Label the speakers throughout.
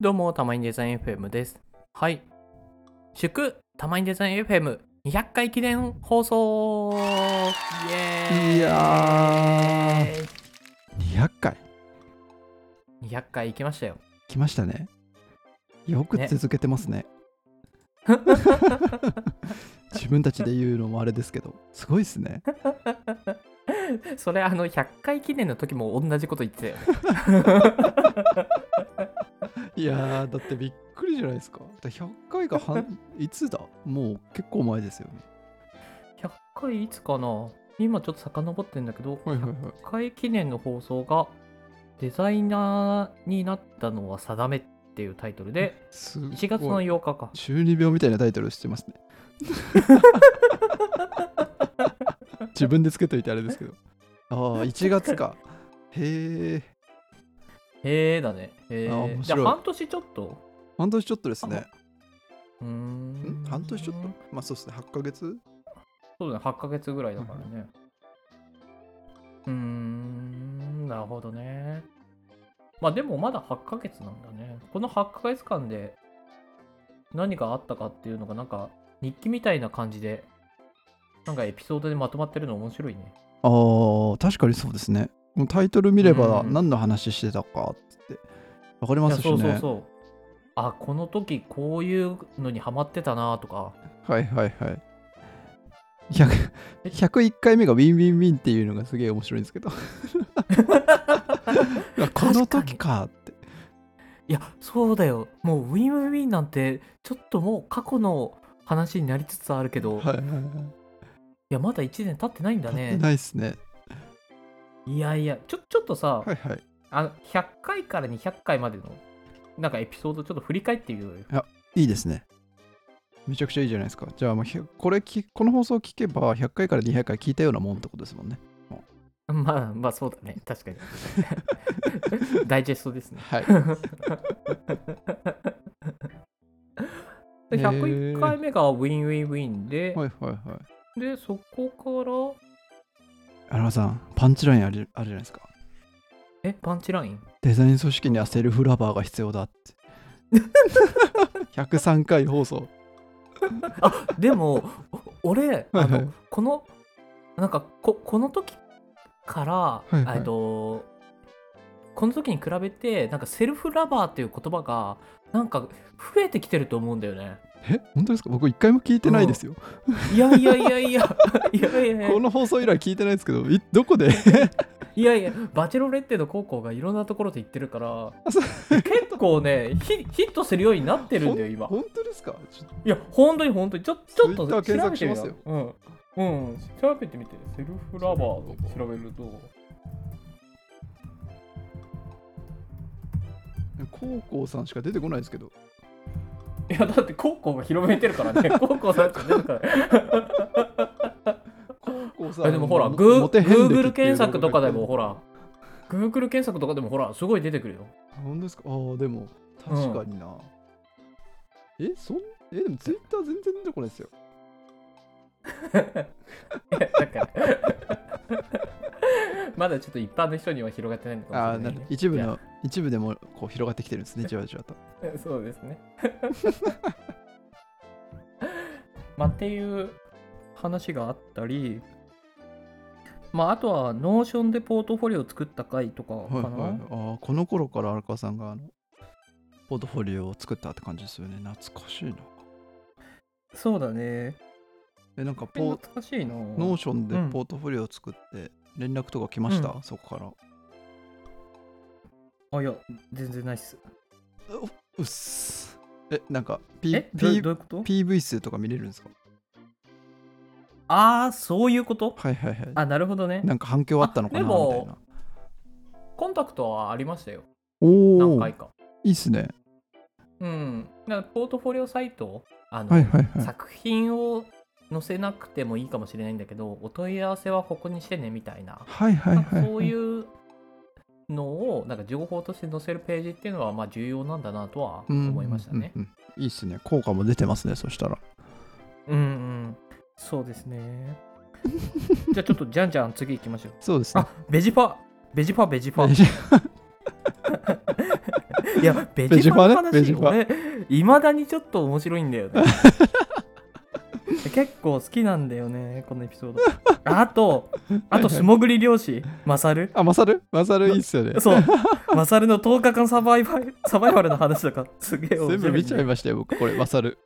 Speaker 1: どうも、たまにデザイン FM です。はい。祝、たまにデザイン FM200 回記念放送イエーイ
Speaker 2: いやー、200回
Speaker 1: !200 回行きましたよ。
Speaker 2: 来ましたね。よく
Speaker 1: ね
Speaker 2: 続けてます ね。自分たちで言うのもあれですけど、すごいですね。
Speaker 1: それ、あの、100回記念の時も同じこと言ってたよね。
Speaker 2: いやー、だってびっくりじゃないですか。だ100回が半いつだもう結構前ですよね。
Speaker 1: 100回いつかな今ちょっと遡ってんだけど、
Speaker 2: はいはいはい
Speaker 1: 100回記念の放送が、デザイナーになったのは定めっていうタイトルで、
Speaker 2: すごい
Speaker 1: 1月の8日か。
Speaker 2: 中二病みたいなタイトルしてます ね。自分でつけといてあれですけど。ああ、1月か。へえ、
Speaker 1: へえだね。へ
Speaker 2: あ
Speaker 1: え。
Speaker 2: 面
Speaker 1: じゃ
Speaker 2: 白い
Speaker 1: あ半年ちょっと
Speaker 2: 半年ちょっとですね。
Speaker 1: うー
Speaker 2: ん
Speaker 1: ん
Speaker 2: 半年ちょっとまあそうですね、8ヶ月
Speaker 1: そうだね、8ヶ月ぐらいだからね。うーん、なるほどね。まあでもまだ8ヶ月なんだね。この8ヶ月間で何があったかっていうのがなんか日記みたいな感じで、なんかエピソードでまとまってるの面白いね。
Speaker 2: ああ、確かにそうですね。もうタイトル見れば
Speaker 1: うん
Speaker 2: 何の話してたかっつって、わかり
Speaker 1: い
Speaker 2: ま
Speaker 1: や
Speaker 2: すし
Speaker 1: そうそう
Speaker 2: ね。
Speaker 1: そう。あ、この時こういうのにハマってたなとか。
Speaker 2: はいはいはい。100 101回目がウィンウィンウィンっていうのがすげえ面白いんです けどいやこの時かって
Speaker 1: いや、そうだよ。もうウィンウィンウィンなんて、ちょっともう過去の話になりつつあるけど、
Speaker 2: はいはいはい
Speaker 1: いや、まだ1年経ってないんだ
Speaker 2: やって
Speaker 1: ね。
Speaker 2: ないっすね
Speaker 1: いやいや、ちょ、ちょっとさ、
Speaker 2: はいはい
Speaker 1: あの、100回から200回までの、なんかエピソードちょっと振り返ってみよう よ。
Speaker 2: いいですねめちゃくちゃいいじゃないですかじゃあもうひゃこれ聞この放送聞けば100回から200回聞いたようなもんってことですもんね
Speaker 1: まあ、まあそうだね。確かに。 ダイジェストですね。
Speaker 2: はい
Speaker 1: で101回目がウィンウィンウィンで、
Speaker 2: はいはいはい
Speaker 1: で、そこか、
Speaker 2: 荒川さんパンチラインあるあるじゃないですから
Speaker 1: え、パンチライン
Speaker 2: デザイン組織にはセルフラバーが必要だって 103回放送
Speaker 1: でも、お俺、あ
Speaker 2: はいは
Speaker 1: の
Speaker 2: い、
Speaker 1: この、なんかこ、この時から、
Speaker 2: い
Speaker 1: えっ
Speaker 2: はい
Speaker 1: と、この時に比べて、なんかセルフラバーっていう言葉が、なんか増えてきてると思うんだよね。
Speaker 2: え本当ですか僕一回も聞いてないですよ、
Speaker 1: いやいやいやい や、いやいやいや
Speaker 2: こ、の放送以来聞いてないですけどいどこで
Speaker 1: いやいや、バチェロレッテの高校がいろんなところで言ってる から、
Speaker 2: そ
Speaker 1: 結構ね、ヒヒットするようになってるんだよ、今。
Speaker 2: 本当ですかちょっと
Speaker 1: いや、本当に本当に、ちょちょっと
Speaker 2: Twitter
Speaker 1: 調
Speaker 2: 検
Speaker 1: べ
Speaker 2: 索
Speaker 1: て
Speaker 2: し
Speaker 1: み
Speaker 2: ま
Speaker 1: よ
Speaker 2: す
Speaker 1: う
Speaker 2: よ。
Speaker 1: うん、うん、調べてみて、セルフラバーで調べると。
Speaker 2: 高校さんしか出てこないですけど
Speaker 1: いや、だって高校が広めてるから ね、高校さんって出てから。
Speaker 2: 高校さ
Speaker 1: あ
Speaker 2: ん
Speaker 1: でもほら、
Speaker 2: の
Speaker 1: グー
Speaker 2: モテ遍歴っていう
Speaker 1: Google 検索とかでも
Speaker 2: ロゴ
Speaker 1: ほら、Google 検索とかでもほら、すごい出てくるよ。
Speaker 2: が本当ですかああでも確かにな、えそんえでもツイッター全然出てこないですよ
Speaker 1: いやだから まだちょっと一般の人には広がってないのかもしれ
Speaker 2: あ
Speaker 1: な
Speaker 2: あ
Speaker 1: いね、
Speaker 2: なるほど一部
Speaker 1: いや
Speaker 2: の一部でもこう広がってきてるんですねじわじ わと
Speaker 1: そうですね。 まあ、っていう話があったり、まあ、あとはノーションでポートフォリオを作った回とか
Speaker 2: はい
Speaker 1: か
Speaker 2: はい
Speaker 1: な、
Speaker 2: はい、ああこの頃から荒川さんがあのポートフォリオを作ったって感じですよね懐かしいな
Speaker 1: そうだね。
Speaker 2: えなんかポ
Speaker 1: 懐
Speaker 2: ー
Speaker 1: かしいな。
Speaker 2: ノーションで
Speaker 1: うん
Speaker 2: ポートフォリオを作って連絡とか来ました、そこから
Speaker 1: あ、いや、全然ないっす。
Speaker 2: うっすえなんか、P
Speaker 1: え、どう
Speaker 2: P
Speaker 1: どういうこと
Speaker 2: PV 数とか見れるんですか
Speaker 1: ああ、そういうこと
Speaker 2: はいはいはい
Speaker 1: あ、なるほどね。
Speaker 2: なんか反響あったのかな
Speaker 1: あ
Speaker 2: み
Speaker 1: でも
Speaker 2: たいな
Speaker 1: コンタクトはありましたよ。
Speaker 2: お
Speaker 1: 何
Speaker 2: お
Speaker 1: 回
Speaker 2: い
Speaker 1: か。
Speaker 2: いっすね
Speaker 1: うん。だからポートフォリオサイト、あの、
Speaker 2: はいはいはい
Speaker 1: 作品を載せなくてもいいかもしれないんだけど、お問い合わせはここにしてねみたいな。
Speaker 2: はいはい
Speaker 1: な
Speaker 2: は
Speaker 1: んか
Speaker 2: いはい
Speaker 1: そういうのを、なんか情報として載せるページっていうのは、まあ重要なんだなとは
Speaker 2: うん
Speaker 1: 思いましたね。
Speaker 2: うんうんうんいいっすね効果も出てますねそしたら
Speaker 1: うんうん。そうですね。 じゃあちょっとじゃんじゃん次行きましょう。
Speaker 2: そうですね
Speaker 1: あ、ベジファベジファベジファ
Speaker 2: えじゃ
Speaker 1: いや、ベジファの話、
Speaker 2: ベジファね
Speaker 1: 俺、いまだにちょっと面白いんだよ ね。結構好きなんだよね、このエピソード。あと、あと、素潜り漁師、マサル。
Speaker 2: あ、マサルマサルいいっすよね。
Speaker 1: そう、マサルの10日間サバイバルサバイバルの話とか、すげえ面白い
Speaker 2: 全
Speaker 1: んだ
Speaker 2: 部
Speaker 1: よ、
Speaker 2: 見ちゃいましたよ、僕、これ、マサル。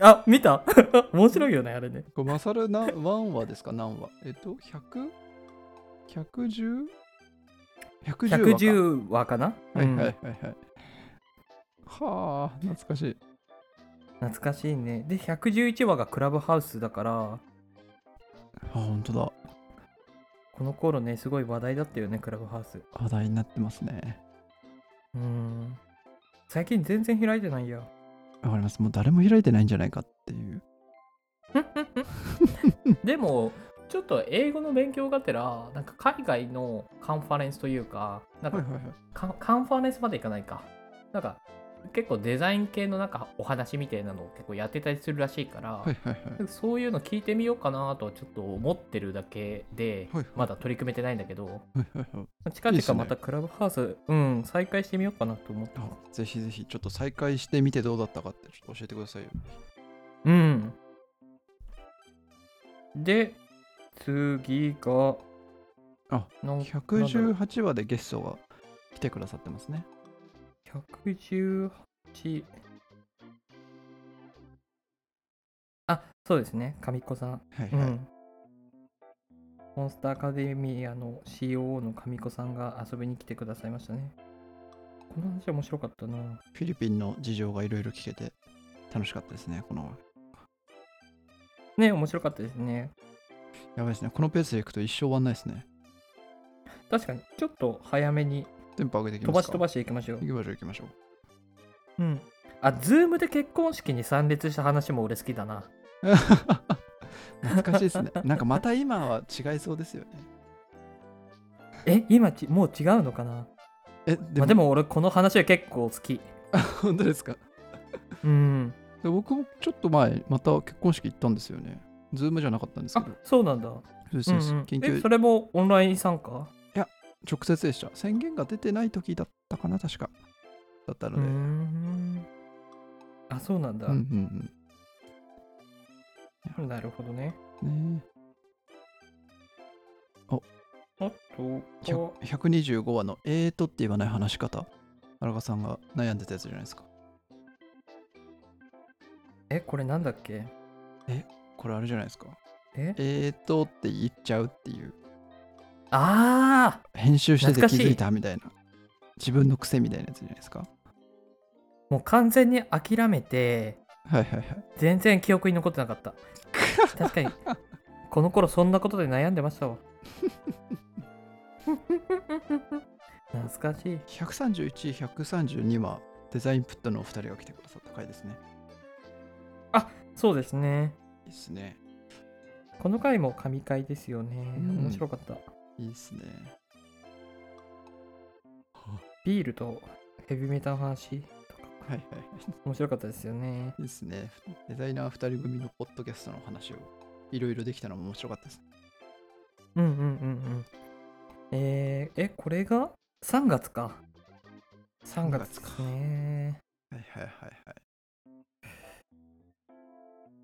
Speaker 1: あ、見た 面白いよね、あれね。
Speaker 2: これマサルな何話ですか何話えっと、100?110?110 110
Speaker 1: 110話
Speaker 2: 話か
Speaker 1: かな、
Speaker 2: はいはいは
Speaker 1: う
Speaker 2: いはい。はあ、懐かしい。
Speaker 1: ん懐かしいね。で、111話がクラブハウスだから、
Speaker 2: あ、本当だ。
Speaker 1: この頃ね、すごい話題だったよね、クラブハウス。
Speaker 2: 話題になってますね。
Speaker 1: うーん。最近全然開いてないや。
Speaker 2: わかります。もう誰も開いてないんじゃないかっていう。
Speaker 1: でも、ちょっと英語の勉強がてら、なんか海外のカンファレンスというか、なん
Speaker 2: はい
Speaker 1: か
Speaker 2: はいはい。
Speaker 1: カンカンファレンスまでいかないか。なんか結構デザイン系のなんかお話みたいなのを結構やってたりするらしいから、
Speaker 2: はいはいはい。
Speaker 1: そういうの聞いてみようかなとはちょっと思ってるだけで、
Speaker 2: はいはい
Speaker 1: まだ取り組めてないんだけど、
Speaker 2: はいはいはい
Speaker 1: 近
Speaker 2: いいっすね
Speaker 1: 々またクラブハウス、うん、再開してみようかなと思って
Speaker 2: あ
Speaker 1: ます。
Speaker 2: ぜひぜひ、ちょっと再開してみてどうだったかってちょっと教えてくださいよ。
Speaker 1: うん。で、次が、
Speaker 2: あ
Speaker 1: なんなんだろう
Speaker 2: 118話でゲストが来てくださってますね。
Speaker 1: 118あそうですね神子さん、
Speaker 2: はいうはい。
Speaker 1: ん、モンスターアカデミアの COO の神子さんが遊びに来てくださいましたねこの話面白かったな
Speaker 2: フィリピンの事情がいろいろ聞けて楽しかったですね。この
Speaker 1: ね面白かったですね
Speaker 2: やばいですね。このペースでいくと一生終わんないですね。
Speaker 1: 確かにちょっと早めに
Speaker 2: テンポ上げていき
Speaker 1: 飛
Speaker 2: ま
Speaker 1: ばし
Speaker 2: すか
Speaker 1: 飛ばしていきましょう
Speaker 2: 行きましょう行きましょう。
Speaker 1: うんあズームで結婚式に参列した話も俺好きだな
Speaker 2: 懐かしい ですね。なんかまた今は違いそうですよね。
Speaker 1: え今ちもう違うのかな
Speaker 2: え、
Speaker 1: で
Speaker 2: でも,、
Speaker 1: も,、まあ、でも俺この話は結構好き
Speaker 2: 本当ですか
Speaker 1: うん
Speaker 2: で僕もちょっと前、また結婚式行ったんですよね。ズームじゃなかったんですけ
Speaker 1: あ
Speaker 2: ど。
Speaker 1: そうなんだ。
Speaker 2: そうです
Speaker 1: うん
Speaker 2: そう
Speaker 1: う
Speaker 2: です
Speaker 1: ん
Speaker 2: 緊
Speaker 1: え
Speaker 2: 急
Speaker 1: それもオンライン参加
Speaker 2: 直接でした。宣言が出てない時だったかな、確か。だったの
Speaker 1: うー
Speaker 2: で。
Speaker 1: んあそうなんだ、
Speaker 2: うんうん
Speaker 1: なるほどね。
Speaker 2: うん。ねえ
Speaker 1: あと
Speaker 2: 100 125話の「えーと」って言わない話し方荒川さんが悩んでたやつじゃないですか
Speaker 1: えこれなんだっけ
Speaker 2: これあれじゃないですか
Speaker 1: え
Speaker 2: えーとって言っちゃうっていう
Speaker 1: ああ
Speaker 2: 編集してて
Speaker 1: 懐か
Speaker 2: 気
Speaker 1: しい
Speaker 2: づいたみたいな自分の癖みたいなやつじゃないですか
Speaker 1: もう完全に諦めて
Speaker 2: はいはいはい
Speaker 1: 全然記憶に残ってなか った。確かにこの頃そんなことで悩んでましたわ。懐かしい。
Speaker 2: 131132はデザインプットのお二人が来てくださった回ですね
Speaker 1: そうですね。
Speaker 2: いいっすね
Speaker 1: この回も神回ですよね。
Speaker 2: ん
Speaker 1: 面白かった。
Speaker 2: いいっすね
Speaker 1: ビールとヘビメタの話
Speaker 2: はいはいはい
Speaker 1: 面白かったですよね。
Speaker 2: いいっすねデザイナー二人組のポッドキャストの話をいろいろできたのも面白かったです
Speaker 1: うんうんうんうん。えー、え、これが3月か。3月ですね。
Speaker 2: はいはいはいはい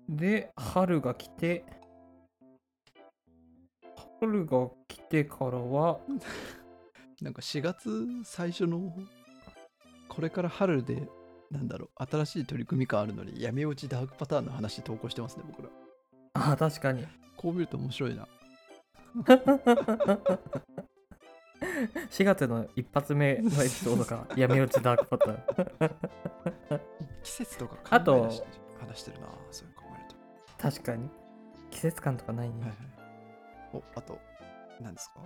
Speaker 1: で、春が来て、春が来てからは、
Speaker 2: なんか4月最初のこれから春でなんだろう新しい取り組み感あるのに闇落ちダークパターンの話投稿してますね僕ら
Speaker 1: あ、確かに。
Speaker 2: こう見ると面白いな
Speaker 1: 4月の一発目のエピソード が闇落ちダークパターン。
Speaker 2: 季節とか
Speaker 1: あ
Speaker 2: 考
Speaker 1: と
Speaker 2: え出して話してるなそういう考えると
Speaker 1: 確かに。季節感とかないね。
Speaker 2: はいはいおあと何ですか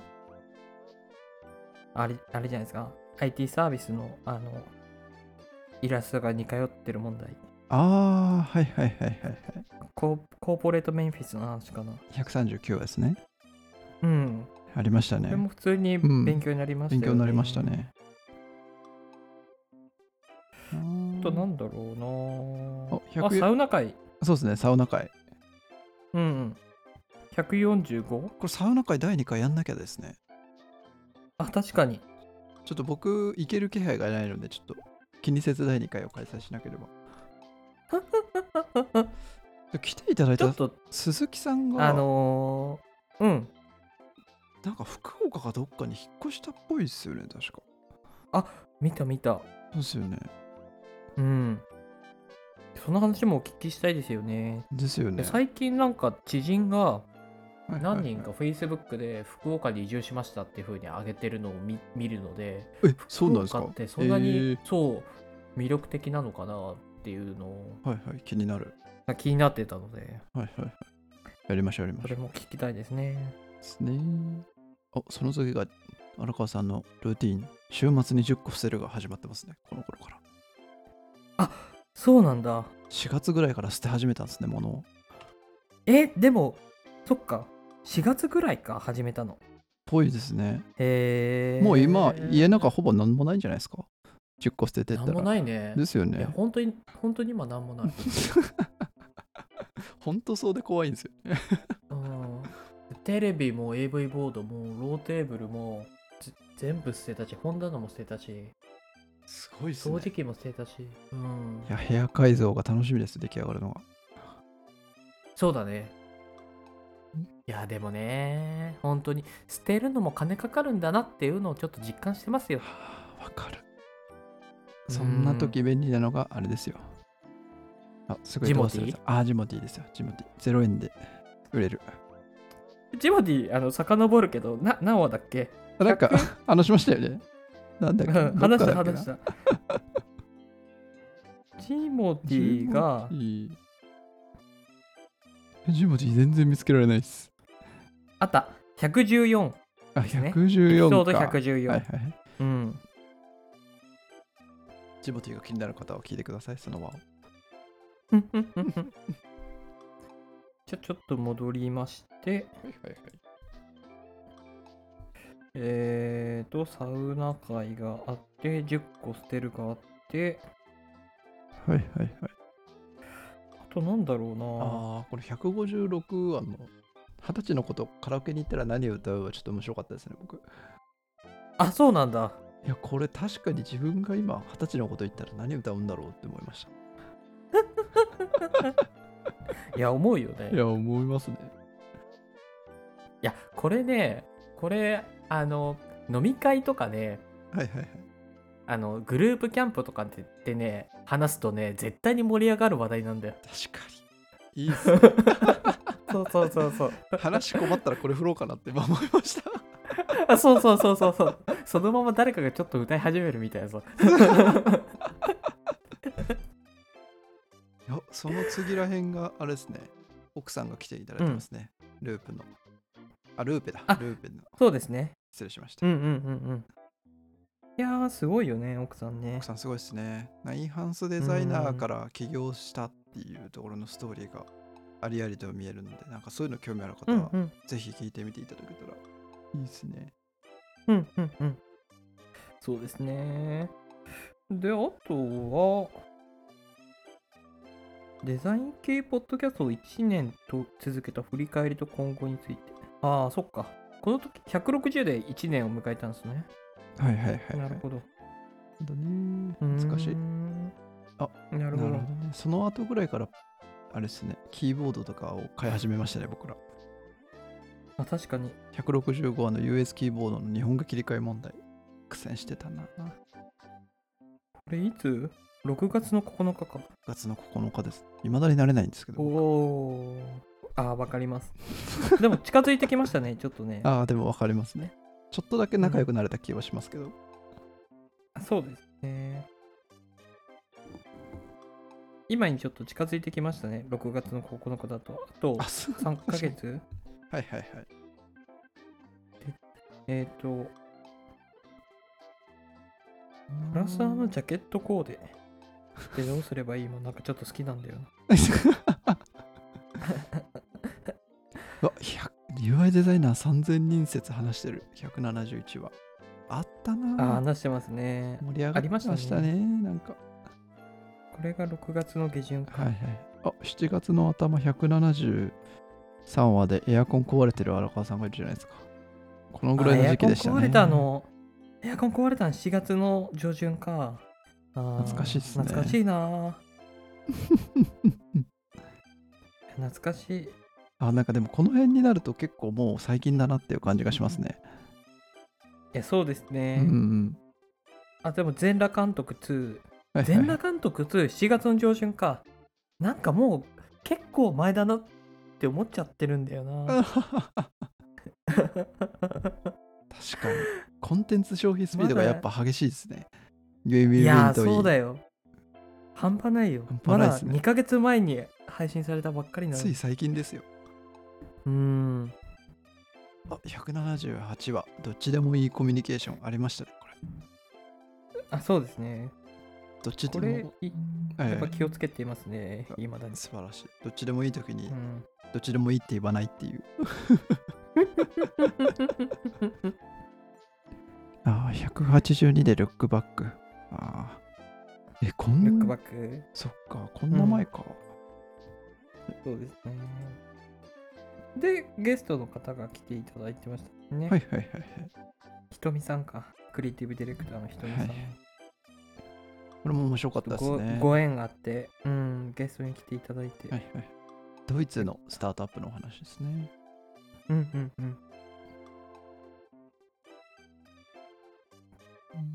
Speaker 1: あれあれじゃないですか。IT サービスの、あの、イラストが似通ってる問題。
Speaker 2: あーはいはいはいはいはい
Speaker 1: ココーポレートメンフィスの話かな。
Speaker 2: 139話ですね
Speaker 1: うん。
Speaker 2: ありました
Speaker 1: これ
Speaker 2: ね
Speaker 1: も普通に
Speaker 2: うん
Speaker 1: 勉強になりましたよ
Speaker 2: 勉
Speaker 1: ね。
Speaker 2: 強になりました。ねあ
Speaker 1: あ
Speaker 2: ー
Speaker 1: となんだろうな
Speaker 2: あ
Speaker 1: あ
Speaker 2: 100
Speaker 1: サウナ会。
Speaker 2: そうですねサウナ会
Speaker 1: うんうん。145?
Speaker 2: これサウナ会第2回やんなきゃですね
Speaker 1: あ、確かに。
Speaker 2: ちょっと僕、行ける気配がないので、ちょっと気にせず第2回を開催しなけ れば。来ていただい
Speaker 1: ちょ
Speaker 2: た
Speaker 1: っと、
Speaker 2: 鈴木さんが、
Speaker 1: あのー、うん。
Speaker 2: なんか福岡かどっかに引っ越したっぽいですよね、確か。
Speaker 1: 見た見た。
Speaker 2: そうですよね。
Speaker 1: うん。その話もお聞きしたいですよね。
Speaker 2: ですよ
Speaker 1: で
Speaker 2: ね。
Speaker 1: 最近なんか知人が
Speaker 2: はいはいはい
Speaker 1: 何人か Facebook で福岡に移住しましたっていう風に上げてるのを見見るので、
Speaker 2: え、そうなんですか
Speaker 1: 福岡ってそんなに、
Speaker 2: えー
Speaker 1: そう魅力的なのかなっていうのを
Speaker 2: はいはい、気になる。
Speaker 1: 気になってたので、
Speaker 2: はいはいはい。やりましょう、やりま
Speaker 1: そ
Speaker 2: しょ
Speaker 1: れ
Speaker 2: う。
Speaker 1: も聞きたいですね。
Speaker 2: ですね。あ、その次が荒川さんのルーティーン。週末に10個伏せるが始まってますね、この頃から。
Speaker 1: そうなんだ。
Speaker 2: 4月ぐらいから捨て始めたんですね、物を。
Speaker 1: え、でも、そっか。4月ぐらいか、始めたの。
Speaker 2: ぽいですね。
Speaker 1: へえ。
Speaker 2: もう今、家の中ほぼ何もないんじゃないですか ?10 個捨ててった
Speaker 1: なんも
Speaker 2: ら。
Speaker 1: ないね。
Speaker 2: ですよ
Speaker 1: いや、
Speaker 2: ね。
Speaker 1: 本当に、本当に今なんもない。
Speaker 2: ほんとそうで怖いんですよね。
Speaker 1: うん テレビも AV ボードもローテーブルもぜ全部捨てたし本棚も捨てたし
Speaker 2: すごいです
Speaker 1: 掃
Speaker 2: ね。
Speaker 1: 除機も捨てたし、うん
Speaker 2: い、や、部屋改造が楽しみです、出来上がるのが。
Speaker 1: そうだねいやでもね本当に捨てるのも金かかるんだなっていうのをちょっと実感してますよ
Speaker 2: はあ、わかる。そんな時便利なのがあれですよ。あ、すごい
Speaker 1: ジモティ
Speaker 2: 忘れたあ、ジモティですよ。ジモティ。0円で売れる。
Speaker 1: ジモディあの遡るけどな何話だっけ
Speaker 2: あなんか
Speaker 1: 100、
Speaker 2: 話しましたよね。なんだっけ
Speaker 1: うん話した
Speaker 2: どっかだっ
Speaker 1: 話したジモディが
Speaker 2: けないいジモティ全然見つけられないです。
Speaker 1: あった114
Speaker 2: あ、
Speaker 1: ですねエピソ
Speaker 2: 114
Speaker 1: ード
Speaker 2: か。
Speaker 1: 114、
Speaker 2: はいはい。
Speaker 1: うん
Speaker 2: ジモティが気になる方は聞いてください、その場を。
Speaker 1: うんうんうんうんじゃあちょっと戻りまして、
Speaker 2: はいはいはい。
Speaker 1: えーと、サウナ会があって、10個捨てるがあって、
Speaker 2: はいはいはい。
Speaker 1: あとなんだろうな
Speaker 2: ああ、これ156話の二十歳のことカラオケに行ったら何を歌うはちょっと面白かったですね、僕。い
Speaker 1: あそうなんだ。
Speaker 2: や、これ確かに自分が今二十歳のこと言ったら何歌うんだろうって思いまし
Speaker 1: いや、思うよ
Speaker 2: た。
Speaker 1: ね。
Speaker 2: い
Speaker 1: いや、
Speaker 2: や、思いますね。
Speaker 1: これね、これ、あの、飲み会とかね、
Speaker 2: はいはいはい。
Speaker 1: あの、グループキャンプとかって言ってね、話すとね、絶対に盛り上がる話題なんだよ。
Speaker 2: 確か に。いいっすね。
Speaker 1: そうそうそうそう。
Speaker 2: 話困ったらこれ振ろうかなって今思いました。
Speaker 1: あそうそうそうそうそうそのまま誰かがちょっと歌い始めるみたいなさ
Speaker 2: いや、その次らへんがあれですね。奥さんが来ていただいてますね。ループの。あ、ルーペだ
Speaker 1: あ。
Speaker 2: ルーペの。
Speaker 1: そうですね
Speaker 2: 失礼しました。
Speaker 1: うんうんうんうんいやーすごいよね奥さんね
Speaker 2: 奥さんすごいですね。なインハンスデザイナーから起業したっていうところのストーリーがありありと見えるので、なんかそういうの興味ある方
Speaker 1: うん
Speaker 2: は
Speaker 1: うん
Speaker 2: ぜひ聞いてみていただけたらいいですね。
Speaker 1: うんうんうんそうですねであとはデザイン系ポッドキャストを1年と続けた振り返りと今後についてああそっかこの時160で1年を迎えたんですね、
Speaker 2: はいはいはい、
Speaker 1: なるほど
Speaker 2: ど。ね。懐かしい。
Speaker 1: うー
Speaker 2: なんあ
Speaker 1: な
Speaker 2: る
Speaker 1: る
Speaker 2: ほ
Speaker 1: ほど
Speaker 2: どね。その後ぐらいから、あれですね、キーボードとかを買い始めましたね、僕ら。
Speaker 1: あ確かに
Speaker 2: 165話の US キーボードの日本語切り替え問題。苦戦してたな。9
Speaker 1: これいつ ?6 月の9日か。
Speaker 2: 月の9日です。未だに慣れないんですけ
Speaker 1: お
Speaker 2: ど。
Speaker 1: おー。ああ、わかります。でも近づいてきましたね、ちょっとね。
Speaker 2: ああ、でも分かりますね。ちょっとだけ仲良くなれた気はしますけど。
Speaker 1: そうですね。今にちょっと近づいてきましたね、6月の9日だと。あと
Speaker 2: あ、そう
Speaker 1: 3ヶ月
Speaker 2: はいはいはい。
Speaker 1: えっ、と、プラスアー ムジャケットコーデ。でどうすればいいもんなんかちょっと好きなんだよな。
Speaker 2: うわ、100 UI デザイナー3000人説話してる。171話。あった
Speaker 1: ああー、
Speaker 2: なぁ。
Speaker 1: 話してますね。
Speaker 2: 盛り上が
Speaker 1: ありましたね
Speaker 2: ね。なんか。
Speaker 1: これが6月の下旬か。
Speaker 2: はいはい。あ、7月の頭173話でエアコン壊れてる荒川さんがいるじゃないですか。このぐらいの時期でしたね。
Speaker 1: あエアコン壊れたの。エアコン壊れたの4月の上旬か。あー
Speaker 2: 懐かしいっすね
Speaker 1: 懐かしい な。懐かしい。
Speaker 2: あなんかでもこの辺になると結構もう最近だなっていう感じがしますね。
Speaker 1: いや、そうです
Speaker 2: うん
Speaker 1: ね。
Speaker 2: うん
Speaker 1: あ、でも全裸監督2。
Speaker 2: はいはい
Speaker 1: 全裸監督24月の上旬かなんかもう結構前だなって思っちゃってるんだよな
Speaker 2: 確かにコンテンツ消費スピードがやっぱ激しいですね。ゲーム
Speaker 1: い
Speaker 2: イベ
Speaker 1: や
Speaker 2: ン
Speaker 1: ー
Speaker 2: トいい
Speaker 1: そうだよ半端ないよ
Speaker 2: 半端ないっ
Speaker 1: ますだ
Speaker 2: ね
Speaker 1: 2ヶ月前に配信されたばっかりなの
Speaker 2: つ
Speaker 1: に
Speaker 2: い最近ですよ。
Speaker 1: うーん
Speaker 2: あ178話どっちでもいいコミュニケーションありましたねこれ。
Speaker 1: あそうですね
Speaker 2: どっちで
Speaker 1: こ
Speaker 2: も
Speaker 1: れい
Speaker 2: ええ
Speaker 1: やっぱ気をつけていますね
Speaker 2: あ
Speaker 1: 今だに、
Speaker 2: 素晴らしい。どっちでもいい時に
Speaker 1: うん、
Speaker 2: どっちでもいいって言わない っていう。ああ182でルックバック。ああえこん
Speaker 1: ル
Speaker 2: な
Speaker 1: ックバック
Speaker 2: そっかこんな前か。
Speaker 1: そうですねでゲストの方が来ていただいてましたね、
Speaker 2: はいはいはいはい。
Speaker 1: ひとみさんかクリエイティブディレクターのひとみさん、
Speaker 2: はいこれも面白かったです
Speaker 1: ご
Speaker 2: ね。
Speaker 1: ご縁があって、うん、ゲストに来ていただいて、
Speaker 2: はいはい、ドイツのスタートアップのお話ですね。
Speaker 1: うんうんうん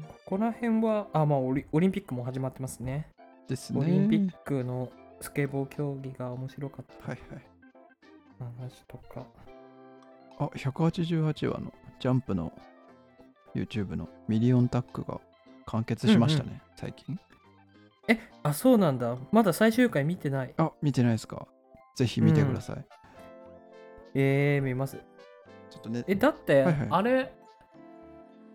Speaker 1: ここら辺はあまあオリオリンピックも始まってますね
Speaker 2: ですね。
Speaker 1: オリンピックのスケボー競技が面白かっ
Speaker 2: はいはい。
Speaker 1: た話とか
Speaker 2: あ188話のジャンプの YouTube のミリオンタックが完結しましたね、
Speaker 1: う
Speaker 2: 最近。
Speaker 1: えあそうなんだまだ最終回見てない
Speaker 2: あ見てないですかぜひ見てください。
Speaker 1: えー、見ます
Speaker 2: ちょっとね、
Speaker 1: えだって、
Speaker 2: はいはい
Speaker 1: あれ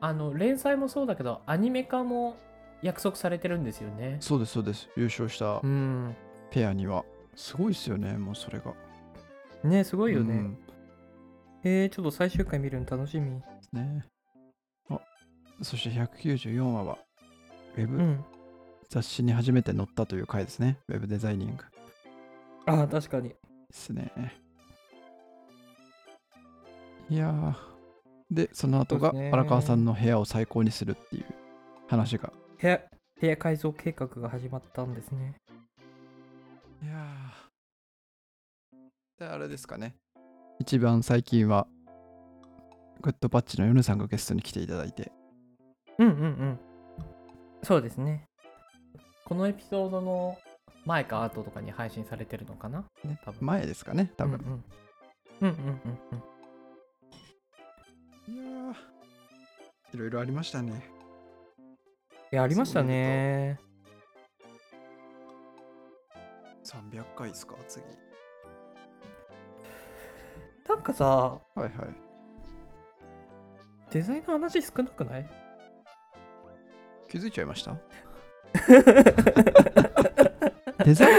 Speaker 1: あの連載もそうだけどアニメ化も約束されてるんですよね
Speaker 2: そうですそうです。優勝した
Speaker 1: うん
Speaker 2: ペアには。すごいですよね、もうそれが。す
Speaker 1: ねすごいよね、
Speaker 2: うん
Speaker 1: えー、ちょっと最終回見るの楽しみ。
Speaker 2: ねあそして194話は、ウェ
Speaker 1: う
Speaker 2: ブ、
Speaker 1: ん。
Speaker 2: 雑誌に初めて載ったという回ですね。ウェブデザイニング。
Speaker 1: ああ、確かに。
Speaker 2: ですね。いやーで、その後が
Speaker 1: そうですね
Speaker 2: 荒川さんの部屋を最高にするっていう話が。
Speaker 1: 部屋、部屋改造計画が始まったんですね。
Speaker 2: いやで、あれですかね。一番最近は、グッドパッチのヨネさんがゲストに来ていただいて、
Speaker 1: うんうんうん。そうですね。このエピソードの前か後とかに配信されてるのかな
Speaker 2: ね
Speaker 1: 多、分
Speaker 2: 前ですかね、多分。
Speaker 1: うんうん。うんうんうんうん。
Speaker 2: いやーいろいろありましたね。
Speaker 1: いや、ありましたね。
Speaker 2: 300回ですか、次。は
Speaker 1: なんかさ、
Speaker 2: いはい。
Speaker 1: デザインの話少なくない
Speaker 2: 気づいちゃいました デザイ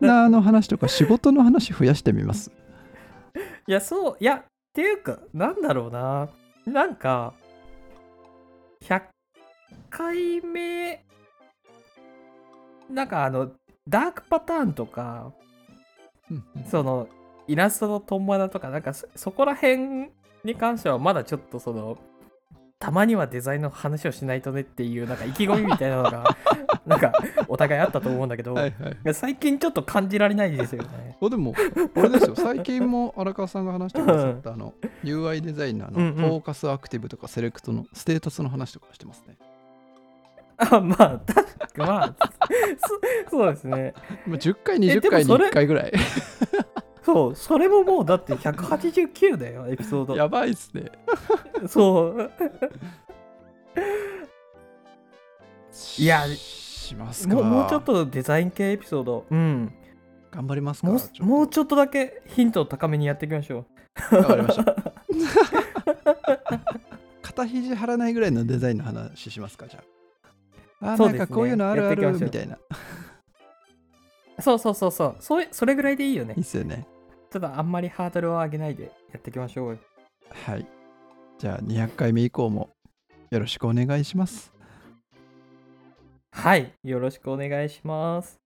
Speaker 2: ナーの話とか仕事の話増やしてみます。
Speaker 1: いや、そう、いや、っていうか、なんだろうな。なんか、100回目、なんかあの、ダークパターンとか、その、イラストのトンマナとか、なんかそそこら辺に関しては、まだちょっとその、たまにはデザインの話をしないとねっていう、なんか意気込みみたいなのが、 なんか、お互いあったと思うんだけど、
Speaker 2: はいはい。
Speaker 1: 最近ちょっと感じられないですよね。
Speaker 2: おでも、俺ですよ、最近も荒川さんが話してくださったあの UI デザイナー
Speaker 1: うん
Speaker 2: の
Speaker 1: うん
Speaker 2: フォーカスアクティブとかセレクトのステータスの話とかしてますね。
Speaker 1: あまあ確かまあ そそうですね
Speaker 2: まあ10回、
Speaker 1: えで
Speaker 2: 20
Speaker 1: も
Speaker 2: 回に
Speaker 1: それ
Speaker 2: 1回ぐらい。
Speaker 1: そうそれももうだって189だよエピソード
Speaker 2: やばいっすね。
Speaker 1: そういや
Speaker 2: しますか
Speaker 1: もうもうちょっとデザイン系エピソードうん
Speaker 2: 頑張りますか
Speaker 1: もう
Speaker 2: ちょっと
Speaker 1: もうちょっとだけヒントを高めにやっていきましょ
Speaker 2: わかりました。 肩肘張らないぐらいのデザインの話しますか、じゃあ。あー、
Speaker 1: そう
Speaker 2: な
Speaker 1: ですね
Speaker 2: んかこういうのあるある
Speaker 1: やっていきましょう
Speaker 2: みたいな。い う
Speaker 1: そうそうそうそうそれそれぐらいでいいよね
Speaker 2: いっすよね。
Speaker 1: ただあんまりハードルを上げないでやっていきましょうよ
Speaker 2: はい。じゃあ200回目以降もよろしくお願いします。
Speaker 1: はいよろしくお願いします